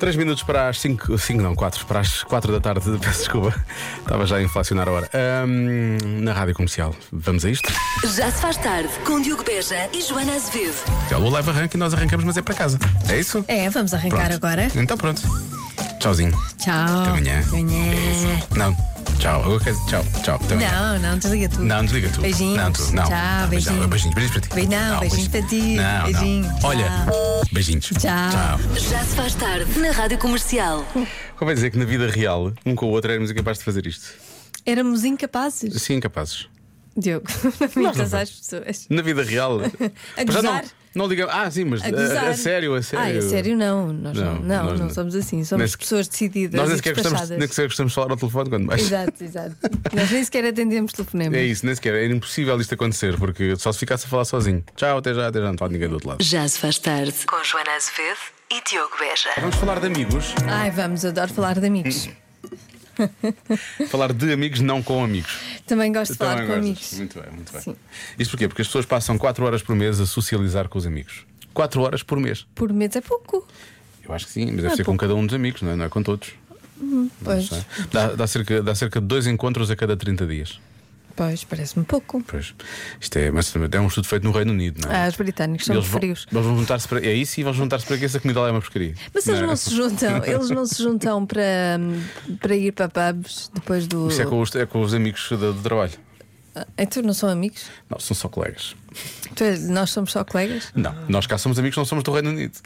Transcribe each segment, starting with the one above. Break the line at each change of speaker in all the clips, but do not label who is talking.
3 minutos para as 5, 5 não, 4, para as 4 da tarde, peço desculpa, estava já a inflacionar a hora. Ahm, na rádio comercial, vamos a isto?
Já se faz tarde com Diogo Beja e Joana Azevedo.
Já o leva arranca e nós arrancamos, mas é para casa. É isso?
É, vamos arrancar
Pronto.
agora.
Então pronto. Tchauzinho.
Tchau.
Até amanhã. É
Amanhã.
Não, tchau. Eu quero- Tchau, tchau. Até amanhã.
Não, não, desliga tudo.
Não, desliga tu.
Beijinhos.
Não, tu. Não. Não, mas
Tchau,
não,
beijinhos.
Beijinhos. Beijinhos para ti.
Beijo- não, beijinhos para ti.
Não, não.
Beijinho.
Olha,
Tchau.
beijinhos.
Tchau.
Já se faz tarde na Rádio Comercial.
Convém é dizer que na vida real, um com o outro éramos incapazes de fazer isto.
Éramos incapazes.
Assim, incapazes.
Diogo, não
não
mentas
faz.
às pessoas.
Na vida real. Mas já não,
gozar?
não digamos. Ah, sim, mas
A
a,
gozar.
a sério, a sério.
Ah, é sério, não. Nós não,
Não,
não,
nós
não
não.
somos assim. Somos
Nesse-
pessoas decididas
Nós nem
e
sequer, gostamos,
despachadas.
nem sequer gostamos de falar ao telefone quando mais.
Exato, exato. Nós nem sequer atendemos telefonemas.
É isso, nem sequer. Era impossível isto acontecer, porque só se ficasse a falar sozinho. Tchau, até já, até já, não está ninguém do outro lado.
Já se faz tarde com Joana Azevedo e Diogo Beja.
Vamos falar de amigos,
Ai, vamos, adoro falar de amigos.
falar de amigos não com amigos.
Também gosto de falar
Também
com
gostas.
amigos.
Muito bem, muito bem.
Sim.
Isto porquê? Porque as pessoas passam 4 horas por mês a socializar com os amigos. 4 horas por mês.
Por medo é pouco.
Eu acho que sim, mas deve ser com cada um dos amigos, não é, não é com todos.
Pois,
Não sei. Dá, dá cerca, dá cerca de dois encontros a cada 30 dias.
pois, parece-me pouco.
Pois. Isto é, mas é um estudo feito no Reino Unido, não é?
Ah, os britânicos são
eles vão,
frios.
eles vão juntar-se para. É isso e vão juntar-se para que essa comida lá é uma porcaria.
Mas eles não
é?
se juntam, eles não se juntam para, hum, para ir para pubs depois do.
Isso é com os, é com os amigos do, do trabalho.
Ah, Então não são amigos?
Não, são só colegas.
Tu és- nós somos só colegas?
Não, nós cá somos amigos, não somos do Reino Unido.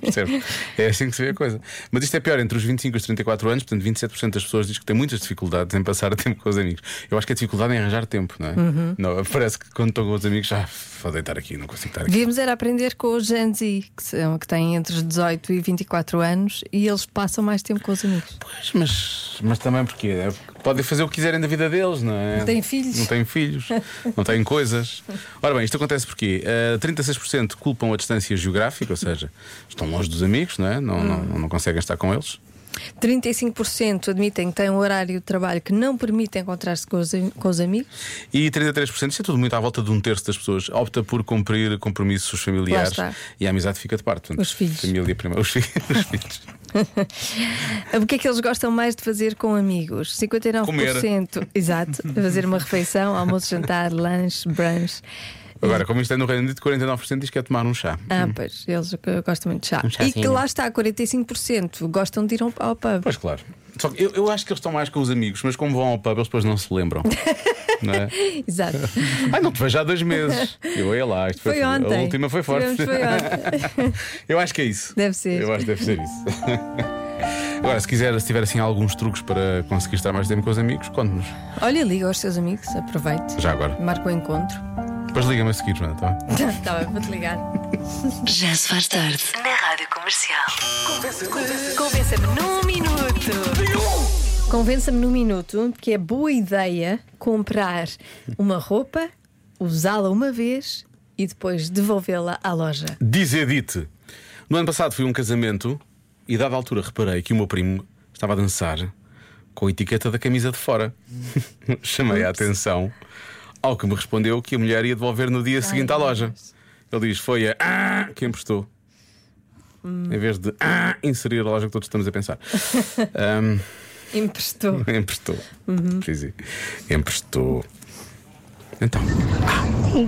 Percebe? É assim que se vê a coisa. Mas isto é pior entre os 25 e os 34 anos, portanto, 27% das pessoas diz que têm muitas dificuldades em passar tempo com os amigos. Eu acho que a dificuldade é arranjar tempo, não é?
Uhum.
Não, parece que quando estou com os amigos, já "Ah, vou deitar aqui, não consigo estar aqui.
Devíamos era aprender com os Gen Z, que, são, que têm entre os 18 e 24 anos, e eles passam mais tempo com os amigos.
Pois, mas, mas também porque é, podem fazer o que quiserem da vida deles, não é?
Não têm filhos.
Não têm filhos, não têm coisas. Ora bem, isto acontece porque eh, 36% culpam a distância geográfica, ou seja, estão longe dos amigos, não é? Não, não,
Hum.
não conseguem estar com eles.
35% admitem que têm um horário de trabalho que não permite encontrar-se com os, com os amigos.
E 33%, isto é tudo muito à volta de um terço das pessoas, opta por cumprir compromissos familiares
Lá está.
e a amizade fica de parte. Portanto,
Os filhos.
Família primeiro. Os filhos. Os filhos.
O que é que eles gostam mais de fazer com amigos? 59%. Exato. Fazer uma refeição, almoço, jantar, lanche, brunch.
Agora, como isto é no Reino Unido, 49% diz que é tomar um chá.
Ah, pois, eles eh, gostam muito de chá.
Um chazinho.
e que lá está, 45% gostam de ir ao- ao pub.
Pois claro. Só que eu, eu acho que eles estão mais com os amigos, mas como vão ao pub, eles depois não se lembram. não é?
Exato.
Ai, não te vejo há dois meses. Eu ia lá, isto foi,
Foi ontem.
A última foi forte.
Tivemos, foi ontem.
Eu acho que é isso.
Deve ser.
Eu acho que deve ser isso. Agora, se quiser, se tiver assim alguns truques para conseguir estar mais tempo com os amigos, conte-nos.
Olha, liga aos seus amigos, aproveite.
Já agora.
Marca o encontro.
Depois liga-me a seguir, Joana, tá bem?
Está bem, vou-te ligar.
Já se faz tarde na Rádio Comercial. Convença-me num minuto.
Convença-me num minuto que é boa ideia comprar uma roupa, usá-la uma vez e depois devolvê-la à loja.
Diz Edith. No ano passado fui a um casamento e, dada a altura, reparei que o meu primo estava a dançar com a etiqueta da camisa de fora. Chamei a atenção ao que me respondeu que a mulher ia devolver no dia seguinte à loja. Ele diz: Foi a ah, que emprestou.
Hum.
Em vez de ah, inserir a loja que todos estamos a pensar. Ahm,
Emprestou.
emprestou.
Uhum.
Preciso. Emprestou. Então,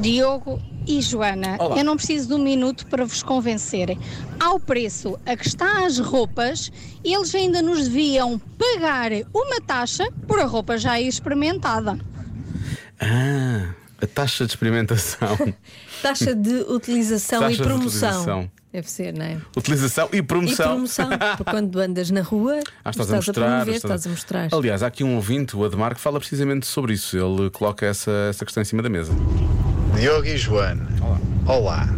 Diogo e Joana,
Olá.
eu não preciso de um minuto para vos convencerem. Ao preço a que está as roupas, eles ainda nos deviam pagar uma taxa por a roupa já experimentada.
ah, a taxa de experimentação.
Taxa de utilização
Taxa
e
de
promoção.
utilização.
Deve ser, não é?
Utilização e
E
promoção.
promoção, porque quando andas na rua,
Ah, estás,
estás,
a mostrar.
promover, estás a mostrar.
Aliás, há aqui um ouvinte, o Ademar, que fala precisamente sobre isso. Ele coloca essa, essa questão em cima da mesa.
Diogo e Joana. Olá.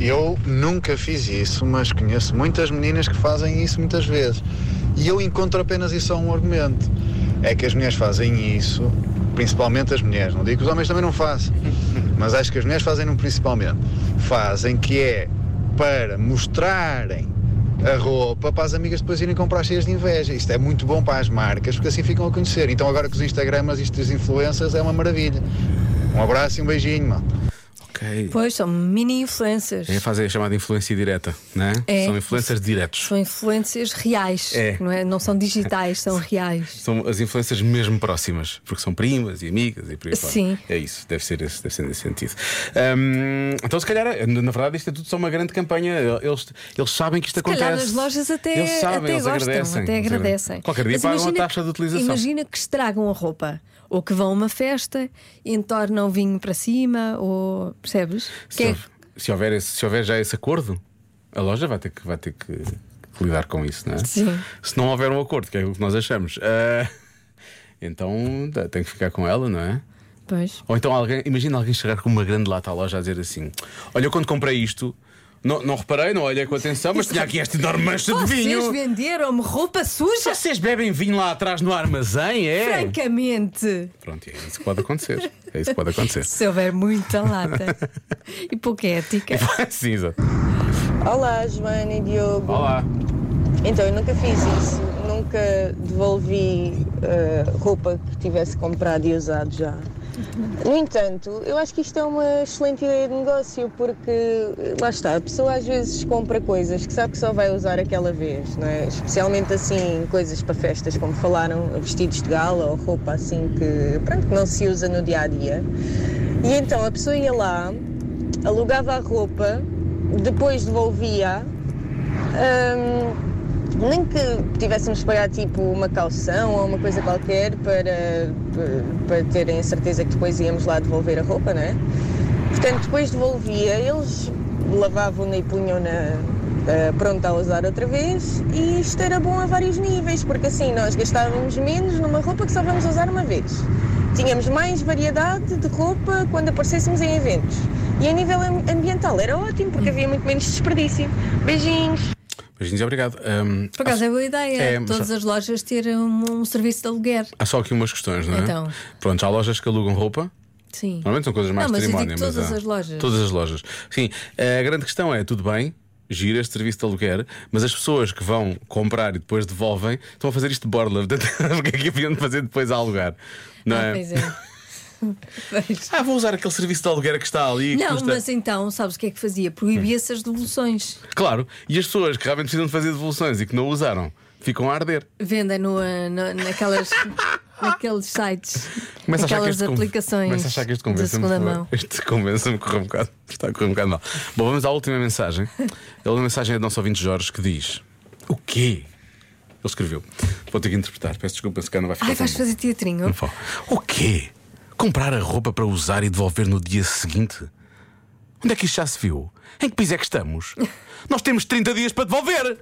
Eu nunca fiz isso, mas conheço muitas meninas que fazem isso muitas vezes. E eu encontro apenas isso a um argumento. É que as mulheres fazem isso, principalmente as mulheres. Não digo que os homens também não façam, mas acho que as mulheres fazem no principalmente. Fazem que é para mostrarem a roupa para as amigas depois irem comprar cheias de inveja. Isto é muito bom para as marcas, porque assim ficam a conhecer. Então agora com os Instagrams e as influências é uma maravilha. Um abraço e um beijinho, mano.
Ok. Ok.
Pois, são mini influencers.
É fazer a chamada influência direta, não é?
É.
São influencers diretos.
São influências reais,
É.
não, é? não são digitais, são reais.
São as influências mesmo próximas, porque são primas e amigas e por aí fora.
Sim.
É isso, deve ser, esse, deve ser nesse sentido. Hum, então, se calhar, na na verdade, isto é tudo só uma grande campanha. Eles, eles sabem que isto
Se
acontece.
calhar nas lojas até,
eles sabem,
até
eles
gostam,
agradecem.
até
Eles
agradecem.
Qualquer dia
Mas
pagam a
imagina-
taxa de utilização.
Imagina que estragam a roupa, ou que vão a uma festa e entornam vinho para cima, ou percebes?
Se,
Que é-
houver- se houver esse- se houver já esse acordo, a loja vai ter que, vai ter que lidar com isso, não é?
Sim.
Se não houver um acordo, que é o que nós achamos, ah, então dá- tem que ficar com ela, não é?
Pois.
Ou então alguém, imagina alguém chegar com uma grande lata à loja a dizer assim: Olha, eu quando comprei isto, não, não reparei, não olhei com atenção, mas tinha aqui esta enorme mancha de
Vocês
vinho.
venderam-me roupa suja?
Vocês bebem vinho lá atrás no armazém, é?
Francamente,
Pronto, e é isso que pode acontecer. É isso que pode acontecer.
se houver muita lata e pouca ética.
Sim, exato.
Olá, Joana e Diogo.
Olá.
Então, eu nunca fiz isso. Nunca devolvi eh, roupa que tivesse comprado e usado já. No entanto, eu acho que isto é uma excelente ideia de negócio, porque eh, lá está, a pessoa às vezes compra coisas que sabe que só vai usar aquela vez, não é? Especialmente assim, coisas para festas, como falaram, vestidos de gala ou roupa assim que, pronto, que não se usa no dia a dia. E então a pessoa ia lá, alugava a roupa, depois devolvia Hum, nem que tivéssemos de pagar tipo uma calção ou uma coisa qualquer para, para terem a certeza que depois íamos lá devolver a roupa, não é? Portanto, depois devolvia, eles lavavam-na e punham-na eh, pronta a usar outra vez e isto era bom a vários níveis, porque assim nós gastávamos menos numa roupa que só vamos usar uma vez. Tínhamos mais variedade de roupa quando aparecêssemos em eventos. E a nível am- ambiental era ótimo, porque havia muito menos desperdício. Beijinhos!
Beijinhos e obrigado. Hum,
Por acaso é boa ideia
É, mas
todas
só-
as lojas terem um, um serviço de aluguer.
Há só aqui umas questões, não é?
Então.
Pronto, há lojas que alugam roupa.
Sim.
Normalmente são coisas mais
Não, mas eu digo
património,
todas
há-
as lojas.
Todas as lojas. Sim, a grande questão é: tudo bem, gira este serviço de aluguer, mas as pessoas que vão comprar e depois devolvem estão a fazer isto de borla. Portanto, o que é que haviam de fazer depois a alugar? Não
Ah,
é?
pois é. Pois.
Ah, vou usar aquele serviço de aluguer que está ali. e que
Não,
custa...
mas então, sabes o que é que fazia? Proibia-se as devoluções.
Claro, e as pessoas que realmente precisam de fazer devoluções e que não usaram ficam a arder.
Vendem no, ah, na- naquelas, naqueles sites,
Começa a achar que
naquelas
este con-
aplicações
Começa a achar que este
de
convence-me.
segunda mão.
Este convence-me correr um bocado. Está a correr um bocado mal. Bom, vamos à última mensagem. A última mensagem é do nosso ouvinte Jorge que diz: O quê? Ele escreveu. Vou ter que interpretar. Peço desculpa se cá não vai ficar.
Ai,
tão
vais
bom.
fazer teatrinho.
Não falo. O quê? Comprar a roupa para usar e devolver no dia seguinte? Onde é que isto já se viu? Em que piso é que estamos? Nós temos 30 dias para devolver!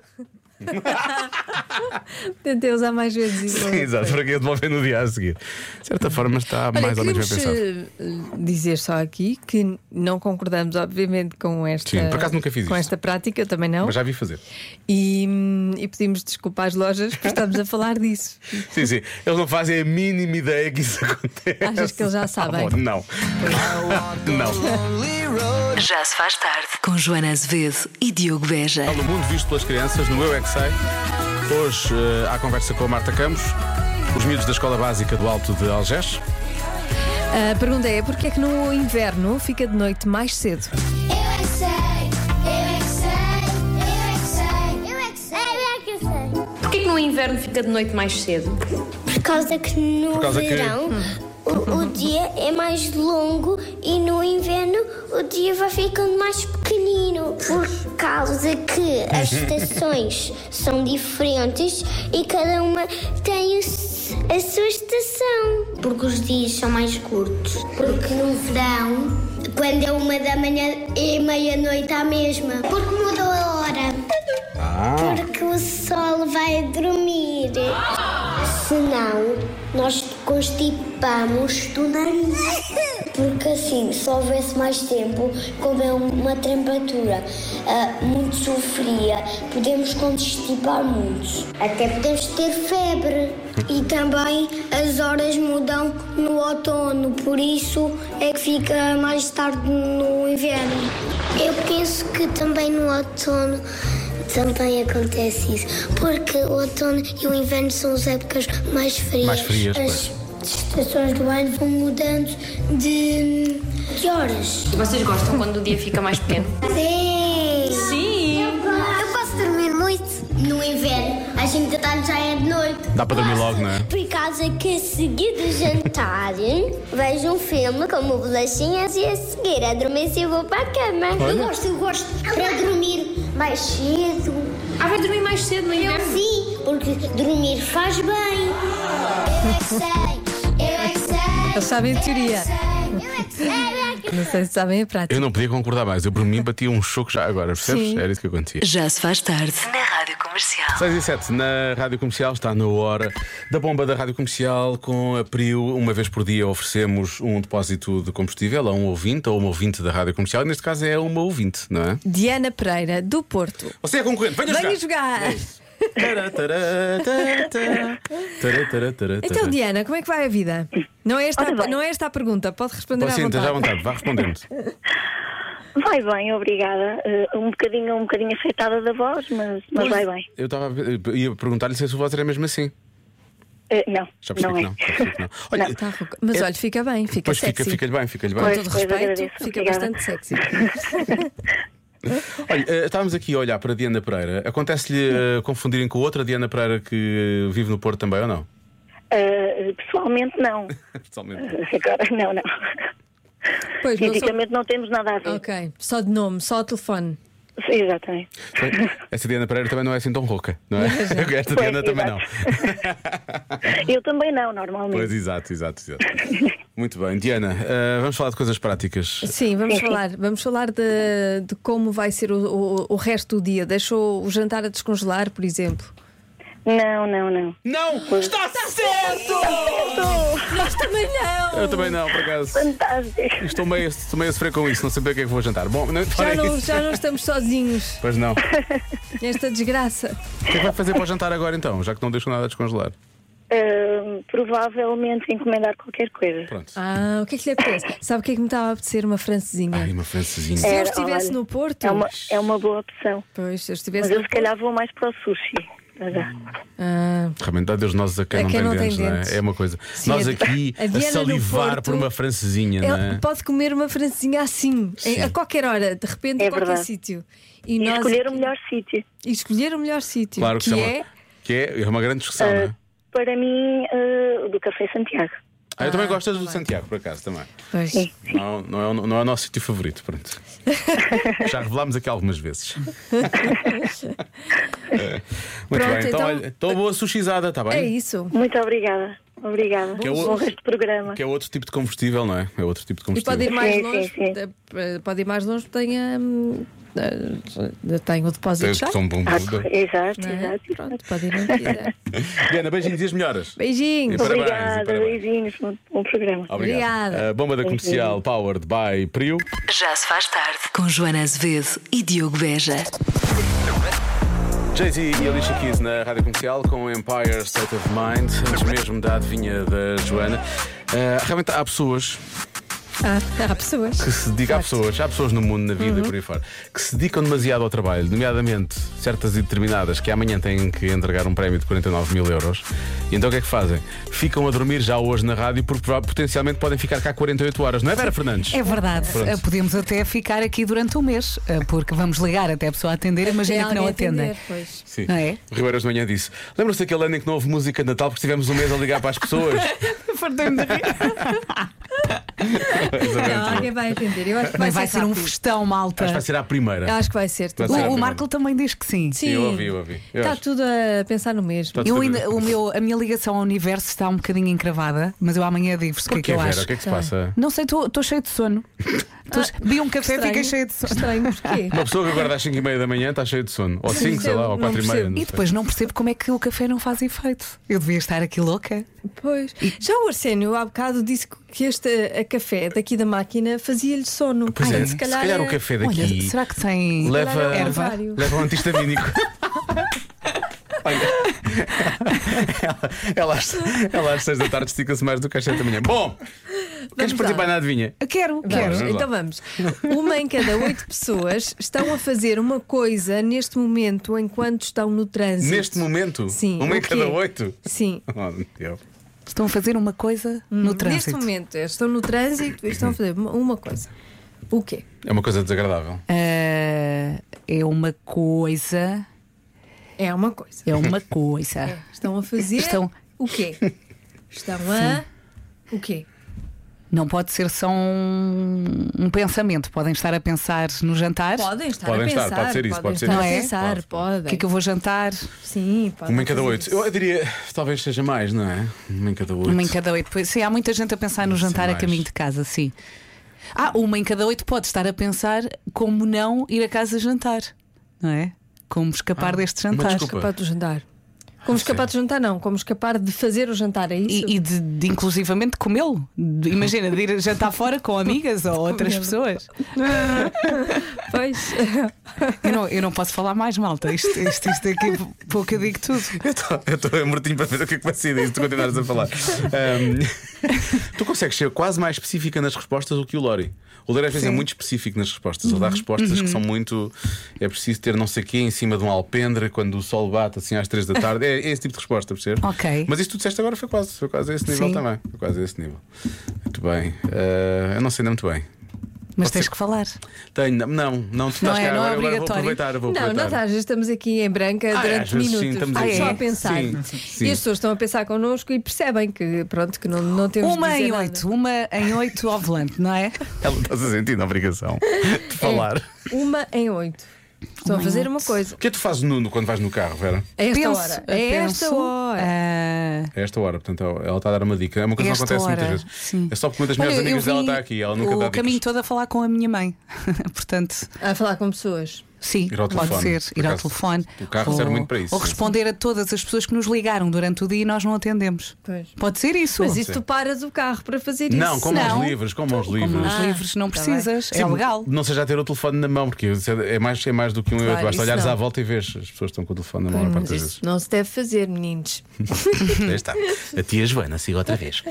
Tentei usar mais vezes isso.
Exato, para que devolver no dia a seguir? De certa forma está
Olha,
mais ou menos
queríamos
bem pensado.
eh, dizer só aqui que não concordamos, obviamente, com esta,
Sim, por acaso nunca fiz
com
isto.
esta prática, eu também não.
Mas já vi fazer.
E, hum, e pedimos desculpa às lojas por estamos a falar disso.
Sim, sim. Eles não fazem a mínima ideia que isso acontece.
Achas que eles já sabem?
Ah, bom, não. não.
Já se faz tarde com Joana Azevedo e Diogo Beja.
No mundo visto pelas crianças, no Eu é Que Sei. Hoje eh, há conversa com a Marta Campos, os miúdos da Escola Básica do Alto de Algés.
A pergunta é: porquê é que no inverno fica de noite mais cedo?
Eu é que sei, eu é que sei, eu é que sei, eu é que sei, eu é que sei, eu é que sei.
Porquê que no inverno fica de noite mais cedo?
Por causa que no
causa que- Hum.
verão O, o dia é mais longo e no inverno o dia vai ficando mais pequenino. Por causa que as
Uhum.
estações são diferentes e cada uma tem o s- a sua estação. Porque os dias são mais curtos. Porque no verão, quando é uma da manhã, é meia-noite à mesma. Porque mudou a hora.
Ah.
Porque o sol vai dormir. Senão, nós constipamos do nariz. Porque assim, se houvesse mais tempo, como é uma temperatura ah, muito sofria, podemos constipar muito. Até podemos ter febre. E também as horas mudam no outono, por isso é que fica mais tarde no inverno. Eu penso que também no outono também acontece isso, porque o outono e o inverno são as épocas mais frias.
Mais frias,
as, as estações do ano vão mudando de, de horas.
Vocês gostam quando o dia fica mais pequeno?
Sim!
Sim!
Eu posso dormir muito? No inverno, às 5 da tarde já é de noite.
Dá para dormir
Posso,
logo, não é?
Por causa que a seguir do jantar, vejo um filme como bolachinhas e a seguir adormeço e vou para a cama.
Olha.
Eu gosto, eu gosto. Para dormir mais cedo.
Ah, vai dormir mais cedo é? no inverno?
Sim, porque dormir faz bem. Eu é que sei, eu é que sei.
Eles sabem a teoria.
Eu é que sei, eu é que sei.
Não sei se sabem a prática.
Eu não podia concordar mais. Eu, por mim, batia um choco já agora, percebes?
Sim.
Era isso que acontecia.
Já se faz tarde na Rádio Comercial.
6 e 7 na Rádio Comercial, está na hora da bomba da Rádio Comercial com a Priu. Uma vez por dia oferecemos um depósito de combustível a um ouvinte ou uma ouvinte da Rádio Comercial. Neste caso é uma ouvinte, não é?
Diana Pereira, do Porto.
Você é concorrente, venha
Venha
jogar! É
jogar!
Tará, tará, tará, tará. Tará, tará, tará,
Então,
tará.
Diana, como é que vai a vida? Não é esta,
Ora bem.
não é esta a pergunta, pode responder
Pode sim,
é à
esteja à
vontade.
vontade, vá respondendo.
Vai bem, obrigada. Eh, um bocadinho, um bocadinho afetada da voz, mas, mas vai bem.
Eu estava a ver- ia perguntar-lhe se a sua voz era mesmo assim.
Eh, não,
Já percebi
não
que
é.
não. já percebi que não. Olha,
Não.
Tá, Ruca. Mas olha, fica bem, fica
É- pois
sexy.
fica- fica-lhe bem, fica-lhe bem.
Com
Pois,
todo
pois,
respeito,
agradeço,
fica
obrigada.
bastante sexy.
Olha, eh, estávamos aqui a olhar para a Diana Pereira. Acontece-lhe eh, confundirem com outra Diana Pereira que eh, vive no Porto também ou não?
Eh, pessoalmente, não.
Pessoalmente.
Agora, não, não.
Pois, não sou...
Fisicamente, não temos nada a ver.
Ok, só de nome, só o telefone.
Sim, Exatamente.
Bem, Essa Diana Pereira também não é assim tão rouca, não é? Esta
Pois,
Diana também não.
exato. Eu também não, normalmente.
Pois, exato, exato, exato. Muito bem, Diana, eh, vamos falar de coisas práticas.
Sim, vamos
Sim, sim.
falar. Vamos falar de, de como vai ser o, o- o resto do dia. Deixou o jantar a descongelar, por exemplo.
Não, não, não.
Não! Está
Tá
certo!
Nós também não!
Eu também não, por acaso.
Fantástico.
Estou meio, estou meio a sofrer com isso, não sei bem o que é que vou jantar. Bom, não,
Já
fora
não,
isso.
já não estamos sozinhos
Pois não. O
nesta desgraça.
que é que vai fazer para o jantar agora então, já que não deixou nada a descongelar?
Eh, provavelmente encomendar qualquer coisa.
Pronto.
Ah, o que é que lhe apetece? Sabe o que é que me estava a apetecer? Uma francesinha.
Ai, uma francesinha.
Se eu
Era,
estivesse
olha,
no Porto.
É uma, é uma boa opção.
Pois, se eu
Mas
estivesse
eu,
no
se
Porto.
calhar, vou mais para o sushi. Mas, ah,
Ah,
Realmente dá Deus nós a quem,
A quem
não,
não
tem
tem
dentes, não
dentes.
é? É uma coisa.
Sim,
nós
a-
aqui
a
a,
Diana no
salivar
Porto,
por uma francesinha, não
ele
é?
pode comer uma francesinha assim, em-
Sim.
a qualquer hora, de repente,
É
em qualquer
verdade.
sítio. E,
e
nós
escolher o
aqui-
melhor sítio.
e escolher o melhor sítio,
Claro que,
que
são-
é.
que é, é uma grande discussão, não é?
Para mim, eh, do Café Santiago.
Ah, eu também gosto
tá
do
bem.
Santiago, por acaso, também.
Pois.
Não, não, é, o- não é o nosso sítio favorito, pronto. Já revelámos aqui algumas vezes. É. Muito
Pronto,
bem, então
então-
olha, estou boa sushizada, está bem?
É isso.
Muito obrigada. Obrigada.
Que é o-
Bom resto de programa.
Que é outro tipo de combustível, não é? É outro tipo de
E pode ir
combustível.
mais
Sim,
longe.
sim, sim.
eh, Pode ir mais longe, tem, hum, eh, tem o depósito
Tem-
já.
são bom-
Ah, exato,
não é?
exato.
Pronto, pode ir onde quiser.
Diana, beijinhos e as melhoras.
Beijinhos.
Parabéns, e
Obrigada,
parabéns.
beijinhos. Bom, bom programa.
Obrigada.
A bomba da comercial Powered by Priu.
Já se faz tarde com Joana Azevedo e Diogo Beja.
Jay-Z e Alicia Keys na rádio comercial com Empire State of Mind, antes mesmo da adivinha da Joana. Ah, realmente há pessoas
Ah, há pessoas.
que se dedicam, há pessoas, há pessoas no mundo, na
Uhum.
vida e por aí fora, que se dedicam demasiado ao trabalho, nomeadamente certas e determinadas que amanhã têm que entregar um prémio de 49 mil euros. E então o que é que fazem? Ficam a dormir já hoje na rádio porque prova- potencialmente podem ficar cá 48 horas, não é, Vera Fernandes?
É verdade. Eh, Podemos até ficar aqui durante um mês, eh, porque vamos ligar até a pessoa atender. Imagina que
Tem
não
alguém a
atendem.
atender, pois.
Sim.
Não é?
Ribeiras de Manhã disse. Lembra-se daquele ano em que não houve música de Natal porque estivemos um mês a ligar para as pessoas?
Fartei-me de rir.
Não, alguém vai atender. Eu acho que vai,
Mas vai ser um
rápido.
festão, malta.
Acho que vai ser à primeira.
Eu acho que vai ser.
Vai
tudo.
ser.
É O, o Marco também diz que sim.
Sim.
Eu ouvi, eu ouvi. Eu
Está
acho.
tudo a pensar no mesmo.
Está-
Eu ainda, o meu, a minha ligação ao universo está um bocadinho encravada, mas eu amanhã digo-vos o que é que
Porquê,
eu
Vera?
acho.
O que é que se passa?
Não sei, estou cheio de sono. Tô- Bebi um café e
Estranho.
fiquei cheio de sono.
Estranho, porquê?
Uma pessoa que acorda às 5h30 da manhã está cheia de sono. Ou 5, sei lá, ou
Não
4h30.
percebo.
não
E
sei.
depois não percebo como é que o café não faz efeito. Eu devia estar aqui louca.
Pois. Já o Arsénio há bocado disse que este a café daqui da máquina fazia-lhe sono.
Pois é,
Ai,
se calhar, o café daqui
Olha, será que tem.
leva,
calhar é o
leva,
contrário.
leva um antihistamínico. Olha, ela, ela, às- ela às 6 da tarde estica-se mais do que às 7 da manhã. Bom, queres
lá.
participar na adivinha?
Quero, quero.
Vamos,
Vamos lá.
então vamos. Uma em cada oito pessoas estão a fazer uma coisa neste momento enquanto estão no trânsito.
Neste momento?
Sim.
Uma em
o quê?
cada oito?
Sim.
Oh, meu Deus.
Estão a fazer uma coisa no
Neste
trânsito.
momento, eles estão no trânsito e estão a fazer uma- uma coisa. O quê?
É uma coisa desagradável.
Ah, é uma coisa.
É uma coisa.
É uma coisa.
Estão a fazer
Estão-
o quê? Estão a. O quê?
Não pode ser só um, um pensamento. Podem estar a pensar no jantar.
Podem estar
Podem
a
estar,
pensar.
pode ser isso,
podem
pode ser
estar
isso.
a
Não é?
pensar,
Pode,
O
podem.
que é que eu vou jantar?
Sim, podem.
Uma em cada
fazer
oito.
isso.
Eu diria, talvez seja mais, não é? Uma em cada oito.
Uma em cada oito. Pois, Sim, há muita gente a pensar no
Sim,
jantar a
mais.
caminho de casa, sim. Ah, uma em cada oito pode estar a pensar como não ir a casa jantar, não é? Como escapar deste
Ah, uma
jantar.
desculpa.
Escapar do jantar. Como escapar do jantar, não. Como escapar de fazer o jantar, é isso?
E, e de, de inclusivamente comê-lo. De- Imagina, de ir jantar fora com amigas ou outras pessoas.
Pois.
Eu não, eu não posso falar mais, malta. Isto, isto, isto aqui, pouco eu digo tudo.
Eu estou mortinho para ver o que é que vai ser disso, tu continuares a falar. Ahm, tu consegues ser quase mais específica nas respostas do que o Lori. O Lori às vezes é muito específico nas respostas. Ele dá respostas que são muito. É preciso ter não sei o quê em cima de um alpendre quando o sol bate assim às três da tarde. É, é esse tipo de resposta, percebes?
Ok.
Mas isso que tu disseste agora foi quase, foi quase a esse nível
Sim.
também. Foi quase a esse nível. Muito bem. Ah, eu não sei ainda muito bem.
Mas
Pode
tens
ser.
que falar.
Tenho, não, não, tu
Não
estás
é-
cá
não é
agora, agora vou
obrigatório.
aproveitar. Vou
Não,
aproveitar.
nós às vezes estamos aqui em branca
Ah,
durante
às vezes sim,
minutos.
estamos
aqui.
só
Ah, é?
a pensar.
Sim, sim.
E as pessoas estão a pensar connosco e percebem que, pronto, que não, não temos
Uma
de dizer
em
nada.
oito, uma em oito ao volante, não é?
Ela está se sentindo a obrigação de falar.
Uma em oito. Estão a fazer uma coisa.
O que é que tu fazes Nuno quando vais no carro, Vera?
A esta
Penso,
hora. A esta
penso,
hora.
ah,
A É esta hora, portanto, ela está a dar uma dica. É uma coisa que não
Esta
acontece
hora,
muitas vezes.
sim.
É só porque uma das
Olha,
melhores
eu
amigas dela
vim
está aqui, ela nunca
o
dá dicas.
Ah, caminho todo a falar com a minha mãe. Portanto,
A falar com pessoas.
sim,
Ir ao
pode
telefone.
ser,
Por
ir ao
acaso,
telefone.
o carro
ou,
serve muito para isso,
Ou
sim.
responder a todas as pessoas que nos ligaram durante o dia e nós não atendemos.
Pois.
Pode ser isso.
Mas isso tu paras o carro para fazer isso.
Não, com mãos
Não.
livres, com mãos livres.
Como os
Ah,
livros não
tá bem.
precisas, é
Sim,
legal.
Não seja a ter o telefone na mão, porque isso é é mais, é mais do que um
Claro,
eu. Basta
isso
olhares
não.
à volta e vês. As pessoas estão com o telefone na mão a parte
Mas
das
isso
vezes.
não se deve fazer, meninos.
Aí está. A tia Joana, siga outra vez.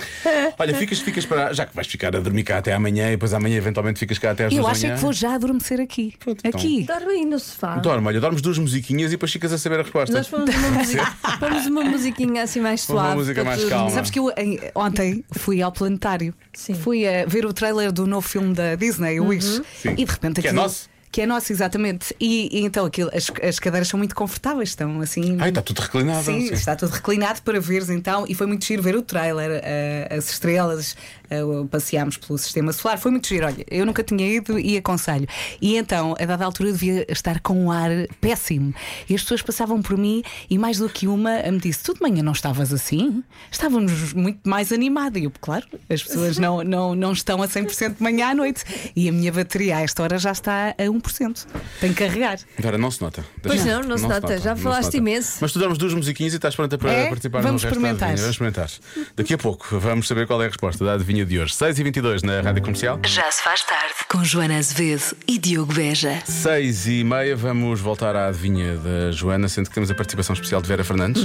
Olha, ficas, ficas para. Já que vais ficar a dormir cá até amanhã e depois amanhã eventualmente ficas cá até às
Eu
duas
acho
da
é que
manhã.
vou já adormecer aqui.
Pronto, então.
aqui.
Dorme aí no sofá.
Dorme, Então, olha, dormes duas musiquinhas e depois ficas a saber a resposta.
Nós pomos uma, musiquinha, pomos uma musiquinha assim mais
Pomos uma
suave.
música
para
mais
tu-
calma.
Sabes que eu em- ontem fui ao planetário.
Sim. Uhum.
Fui a ver o trailer do novo filme da Disney, o Wish.
Sim.
E de repente
Que é
aquilo.
nosso.
Que é nosso, exatamente. E, e então aquilo, as, as cadeiras são muito confortáveis, estão assim.
Ai, está tudo reclinado.
Sim,
sim.
está tudo reclinado para veres então, e foi muito giro ver o trailer, eh, as estrelas, eh, o- passeámos pelo sistema solar, foi muito giro. Olha, eu nunca tinha ido e aconselho. E então, a dada altura, eu devia estar com um ar péssimo. E as pessoas passavam por mim e mais do que uma eh, me disse: Tu de manhã não estavas assim? Estávamos muito mais animada. E eu, claro, as pessoas não, não, não estão a 100% de manhã à noite. E a minha bateria a esta hora já está a 1%. Tenho que carregar.
Vera, não se nota.
Pois
Deixa-
não, não se nota. Já
não se
falaste
nota.
imenso.
Mas tu damos duas musiquinhas e estás pronta para
É?
participar
Vamos
no resto
experimentar.
da adivinha. Vamos experimentar. Daqui a pouco vamos saber qual é a resposta da adivinha de hoje. 6 e 22 na rádio comercial.
Já se faz tarde. Com Joana Azevedo e Diogo Beja.
6 e meia vamos voltar à adivinha da Joana, sendo que temos a participação especial de Vera Fernandes,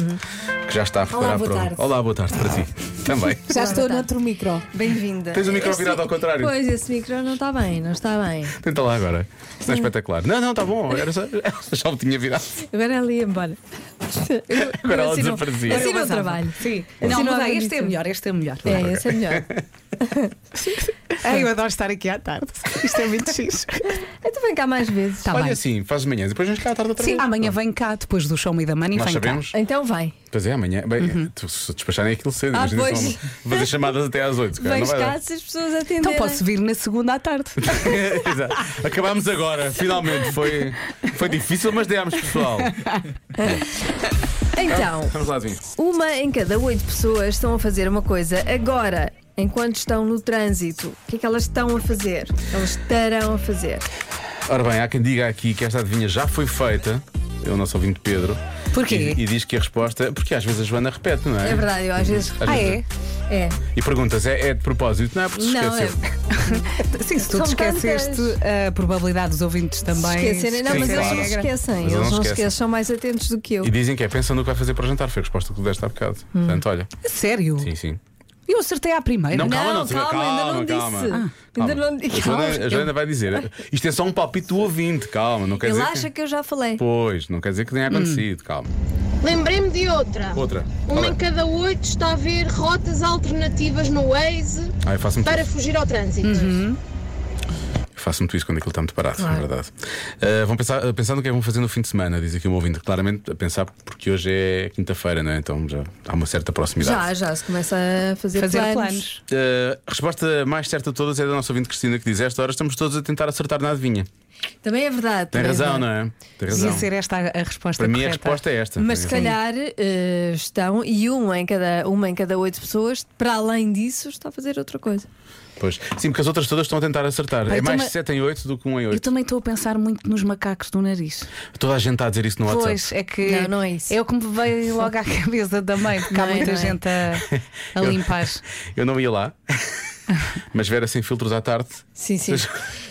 que já está a preparar
Olá, boa
para o-
tarde.
Olá, boa tarde para ti. Também.
Já estou noutro micro.
Bem-vinda.
Tens o micro
Esse-
virado ao contrário.
Pois, esse micro não está bem, não está bem.
Tenta lá agora. Isso não é espetacular. Não, não, está bom. Era só... Já o tinha virado.
Agora ela ia embora. Eu-
Agora
eu
ela
assim não-
desaparecia.
Assim não
Mas,
trabalho.
Sim.
Assim
não,
não há
mudei. este é
condição.
melhor, este é melhor.
É, esse é melhor.
Ai, eu adoro estar aqui à tarde. Isto é muito xixi.
Então vem cá mais vezes.
Tá
Olha
bem.
assim, faz de manhã, depois vamos cá à tarde outra
Sim,
vez.
amanhã vem cá, depois do show Me da Money,
Nós
vem
sabemos.
Então vai.
Pois é, amanhã. Bem, tu- se despacharem é aquilo cedo,
Uhum. Ah,
imagina
pois.
se não- vou fazer chamadas até às 8.
Vens cá se as pessoas atenderem.
cá. Então posso vir na segunda à tarde.
Exato. Acabámos agora, finalmente. Foi, foi difícil, mas demos, pessoal.
Então,
Vamos lá, Zinho.
uma em cada oito pessoas estão a fazer uma coisa agora. Enquanto estão no trânsito, o que é que elas estão a fazer? Elas estarão a fazer.
Ora bem, há quem diga aqui que esta adivinha já foi feita. É o nosso ouvinte Pedro.
Porquê?
E, e diz que a resposta. Porque às vezes a Joana repete, não é?
É verdade, eu às vezes.
Às
Ah,
vezes-
é?
É.
E perguntas, é, é de propósito? Não, é porque se
Não, é.
esqueceu.
Sim, se tu
São
te esqueceste, a probabilidade dos ouvintes também.
Se esquecerem. Não,
Sim,
mas eles
claro.
não se
Mas
esquecem.
eles
Eles
não
não se
esquecem.
esquecem, são mais atentos do que eu.
E dizem que é pensando no que vai fazer para jantar. Foi a resposta que tu deste há bocado.
Hum.
Portanto, olha.
Sério?
Sim, sim.
Eu acertei à primeira.
Não, calma,
Não,
não, senhora,
calma, ainda
calma,
não
calma.
disse.
calma.
Ah,
Ainda não-
A Joana,
calma,
a Joana vai dizer. Isto é só um palpite do ouvinte, calma, não quer
Ele
dizer.
acha que Hum. eu já falei.
Pois, não quer dizer que tenha acontecido, calma.
Lembrei-me de outra.
Outra.
Um
Qual
Uma
é?
em cada oito está a ver rotas alternativas no Waze
Ah, eu faço muito
para
isso.
fugir ao trânsito.
Uhum.
Eu faço muito isso quando aquilo está muito parado,
Claro.
é verdade. Ah, vão pensar, ah, pensar no que é que vão fazer no fim de semana, diz aqui o meu ouvinte. Claramente a pensar porque hoje é quinta-feira, não é? Então já há uma certa proximidade.
Já, já se começa a fazer,
Fazer
planos.
Ah, a resposta mais certa de todas é da nossa ouvinte Cristina que diz: Esta hora estamos todos a tentar acertar na adivinha.
Também é verdade.
Tem
também é
razão,
verdade.
não é? Tem razão.
Devia ser esta a a resposta
Para mim a
correta.
resposta é esta.
Mas se
Sim.
calhar eh, estão, e uma em, cada, uma em cada oito pessoas, para além disso, está a fazer outra coisa.
Pois. Sim, porque as outras todas estão a tentar acertar.
Pá,
é
eu
mais
também-
7 em 8 do que 1 em
Eu
8.
também estou a pensar muito nos macacos do nariz.
Toda a gente está a dizer isso no WhatsApp.
Pois, é que.
Não, não é isso.
o que me veio logo à cabeça também, porque há
Não é,
muita
não é.
gente a, a
Eu-
limpar.
Eu não ia lá. Mas Vera sem filtros à tarde.
Sim, sim.
Mas-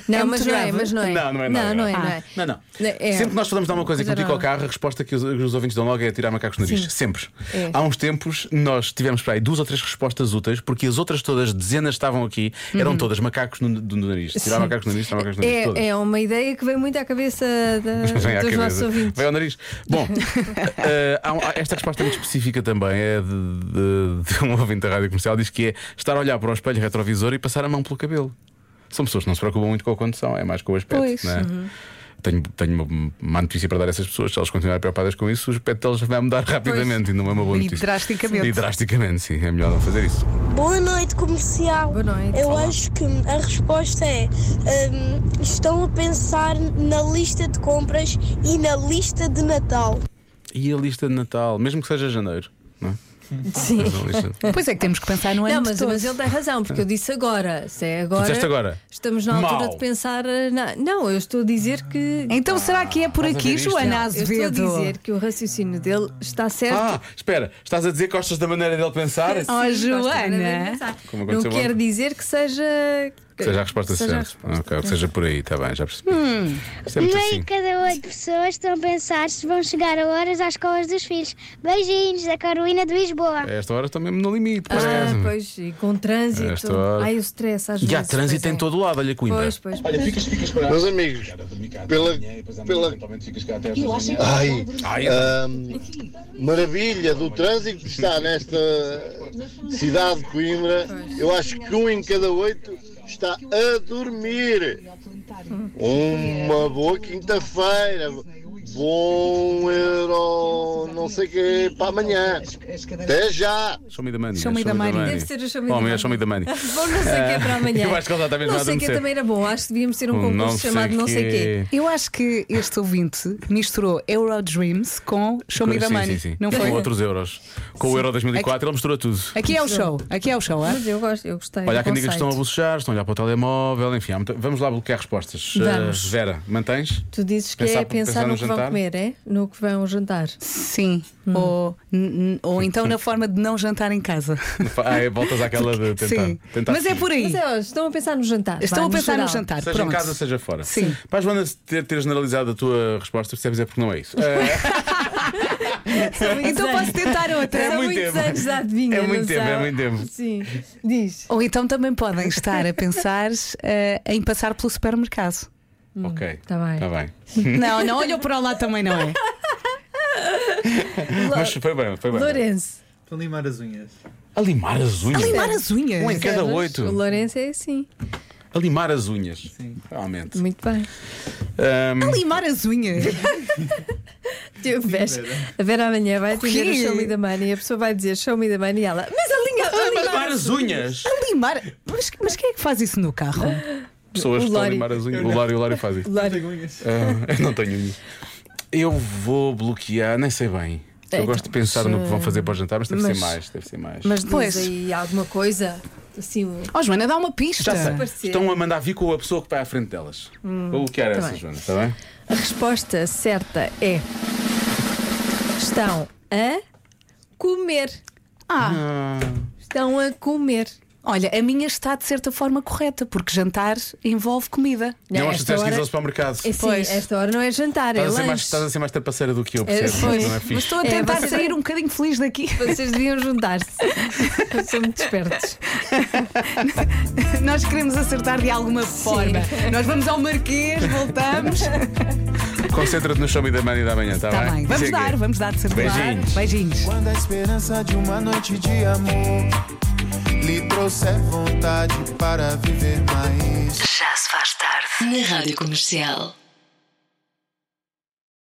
Não,
É muito
mas não é,
grave.
mas não é.
Não, não é nada
Não, não é,
grave.
não é.
Não, não.
É.
Sempre que nós falamos de alguma coisa que
Mas era-
implica ao carro, a resposta que os, que os ouvintes dão logo é tirar macacos no nariz. Sempre.
É.
Há uns tempos nós tivemos para aí duas ou três respostas úteis, porque as outras todas, dezenas estavam aqui, eram todas macacos no, do, do nariz. Tirar
Uhum. Sim.
macacos no nariz, tirar macacos no nariz. todas.
É, é uma ideia que vem muito à cabeça da-
Vem à
dos nossos
cabeça.
ouvintes.
Vem ao nariz. Bom, eh, há um- há- esta resposta muito específica também é de, de- de um ouvinte da rádio comercial. Diz que é estar a olhar para o espelho retrovisor e passar a mão pelo cabelo. São pessoas que não se preocupam muito com a condução, é mais com o aspecto.
Pois,
não é?
Uhum.
Tenho, tenho uma má notícia para dar a essas pessoas. Se elas continuarem preocupadas com isso, o aspecto delas vai mudar rapidamente e não é uma boa
E
notícia.
drasticamente.
E drasticamente, sim. É melhor não fazer isso.
Boa noite, comercial.
Boa noite.
Eu acho que a resposta é: hum, estão a pensar na lista de compras e na lista de Natal.
E a lista de Natal, mesmo que seja janeiro, não é?
Sim.
Mas a lista-
Pois é que temos que pensar no ano
Não, mas,
todo.
mas ele tem razão, porque eu disse agora. Se é agora.
disseste agora?
Estamos na altura
Mau.
de pensar. eh, na- Não, eu estou a dizer que.
Então será que é por
Estás a ver
aqui,
isto?
Joana
Eu estou a
Azevedo?
dizer que o raciocínio dele está certo.
Ah, espera, estás a dizer que gostas da maneira dele pensar?
Oh,
Ah,
Gosto de
Joana.
ver
né?
pensar.
Como
Não
aconteceu
quer
ontem.
dizer que seja.
Que Seja a resposta
Seja a Hum.
certa. Ok, que seja por aí, está bem, já percebi. Isto é muito
Meio
assim.
cada oito pessoas estão a pensar se vão chegar a horas às escolas dos filhos. Beijinhos da Carolina de Lisboa.
A esta hora estou mesmo no limite, por
Ah,
acaso.
pois, e com
Esta
trânsito.
hora.
Ai, o stress às vezes.
E há trânsito
pois
em
é.
todo né? o lado, olha Coimbra.
Pois, pois. pois.
Meus amigos, pela, pela ai, ahm, maravilha do trânsito que está nesta cidade de Coimbra, eu acho que um em cada oito está a dormir. Uma boa quinta-feira. Bom euro, não sei o que, para amanhã. Até já!
Show me the money.
Show
é?
me the money.
Deve ser o show me
Oh,
the
meu,
money.
show me the money.
Bom, não sei o que é para amanhã.
Eu acho que ele já está mesmo a
Não sei o que é
adormecer.
também era bom. Acho que devíamos ter um
Um
concurso
não sei
chamado não sei o quê.
Eu acho que este ouvinte misturou Eurodreams com Show Me the
sim,
Money.
sim, sim.
Não
Com
foi?
outros euros. Com
É
o Euro 2004, ele mistura tudo.
Aqui é o show, aqui é o show, é?
Mas eu gosto, eu gostei.
Olha, há
do
quem diga que
conceito.
estão a bucejar, estão a olhar para o telemóvel, enfim. há muita- Vamos lá bloquear respostas.
Vamos.
Eh, Vera, mantens?
Tu dizes que
Pensar-
é pensar,
pensar
no,
no
que vão
jantar?
comer, é? No que vão jantar.
Sim. Ou, n- n- ou então na forma de não jantar em casa.
Ah, é, voltas àquela de tentar.
Sim.
tentar
Mas é por aí.
Mas é, ó, estão a pensar no jantar.
Estão a
vá,
pensar no
geral.
jantar.
Seja em
Pronto.
casa, seja fora.
Sim.
Para a Joana se ter, ter generalizado a tua resposta, percebes é porque não é isso. É,
Então posso tentar outra.
É
São
muito
muitos
tempo.
anos de adivinha,
É muito
não
tempo,
são?
é muito tempo.
Sim. Diz.
Ou então também podem estar a pensar eh, em passar pelo supermercado.
ok.
tá bem.
Tá bem.
Não, não olham para o lado também, não é?
Mas foi bem, foi bem.
Lourenço.
Para limar as unhas.
A limar as unhas.
Limar as unhas.
Um em cada
Percebes?
oito.
O Lourenço é assim.
A limar as unhas. Sim. Realmente.
Muito bem.
Ahm,
Limar as unhas.
Eu vejo. A Vera amanhã vai atender
quê?
o show me the money e a pessoa vai dizer show me the money e ela. Mas a linha.
a
a linha-
limar as unhas.
Limar. Mas, mas quem é que faz isso no carro?
Pessoas que
O
estão a
Lori.
limar as unhas. O Lório, o Lório faz isso.
Lório.
Tenho unhas.
Ah, eu não tenho unhas. Eu vou bloquear, nem sei bem. Eu
Então,
gosto de pensar
mas,
no que vão fazer para o jantar, mas deve
mas-
ser mais, deve ser mais.
Mas depois
Pois.
aí alguma coisa assim. um-
Oh, Joana, dá uma pista.
Já sei.
parecer.
Estão a mandar vir com a pessoa que vai à frente delas. Vou bloquear
tá
essa,
bem.
Joana, está bem?
A resposta certa é. Estão a comer.
Ah,
Estão Ah. a comer.
Olha, a minha está de certa forma correta, porque jantar envolve comida.
eu acho que tens que ir ao supermercado.
É, sim, esta hora não é jantar,
Estás
é
a, ser mais,
lanche.
estás a ser mais trapaceira do que eu,
É,
percebes?
pois.
não é fixe.
Mas estou a tentar
vocês-
sair um bocadinho feliz daqui. Vocês deviam juntar-se. São muito espertos.
Nós queremos acertar de alguma forma. Nós vamos ao Marquês, voltamos.
Concentra-te no show me da manhã e da manhã, está
Tá
bem?
bem, vamos
Isso é que é.
dar, vamos dar de certeza.
Beijinhos.
Beijinhos.
Quando a esperança de uma noite de amor lhe trouxer vontade para viver mais.
Já se faz tarde. Na Rádio Comercial.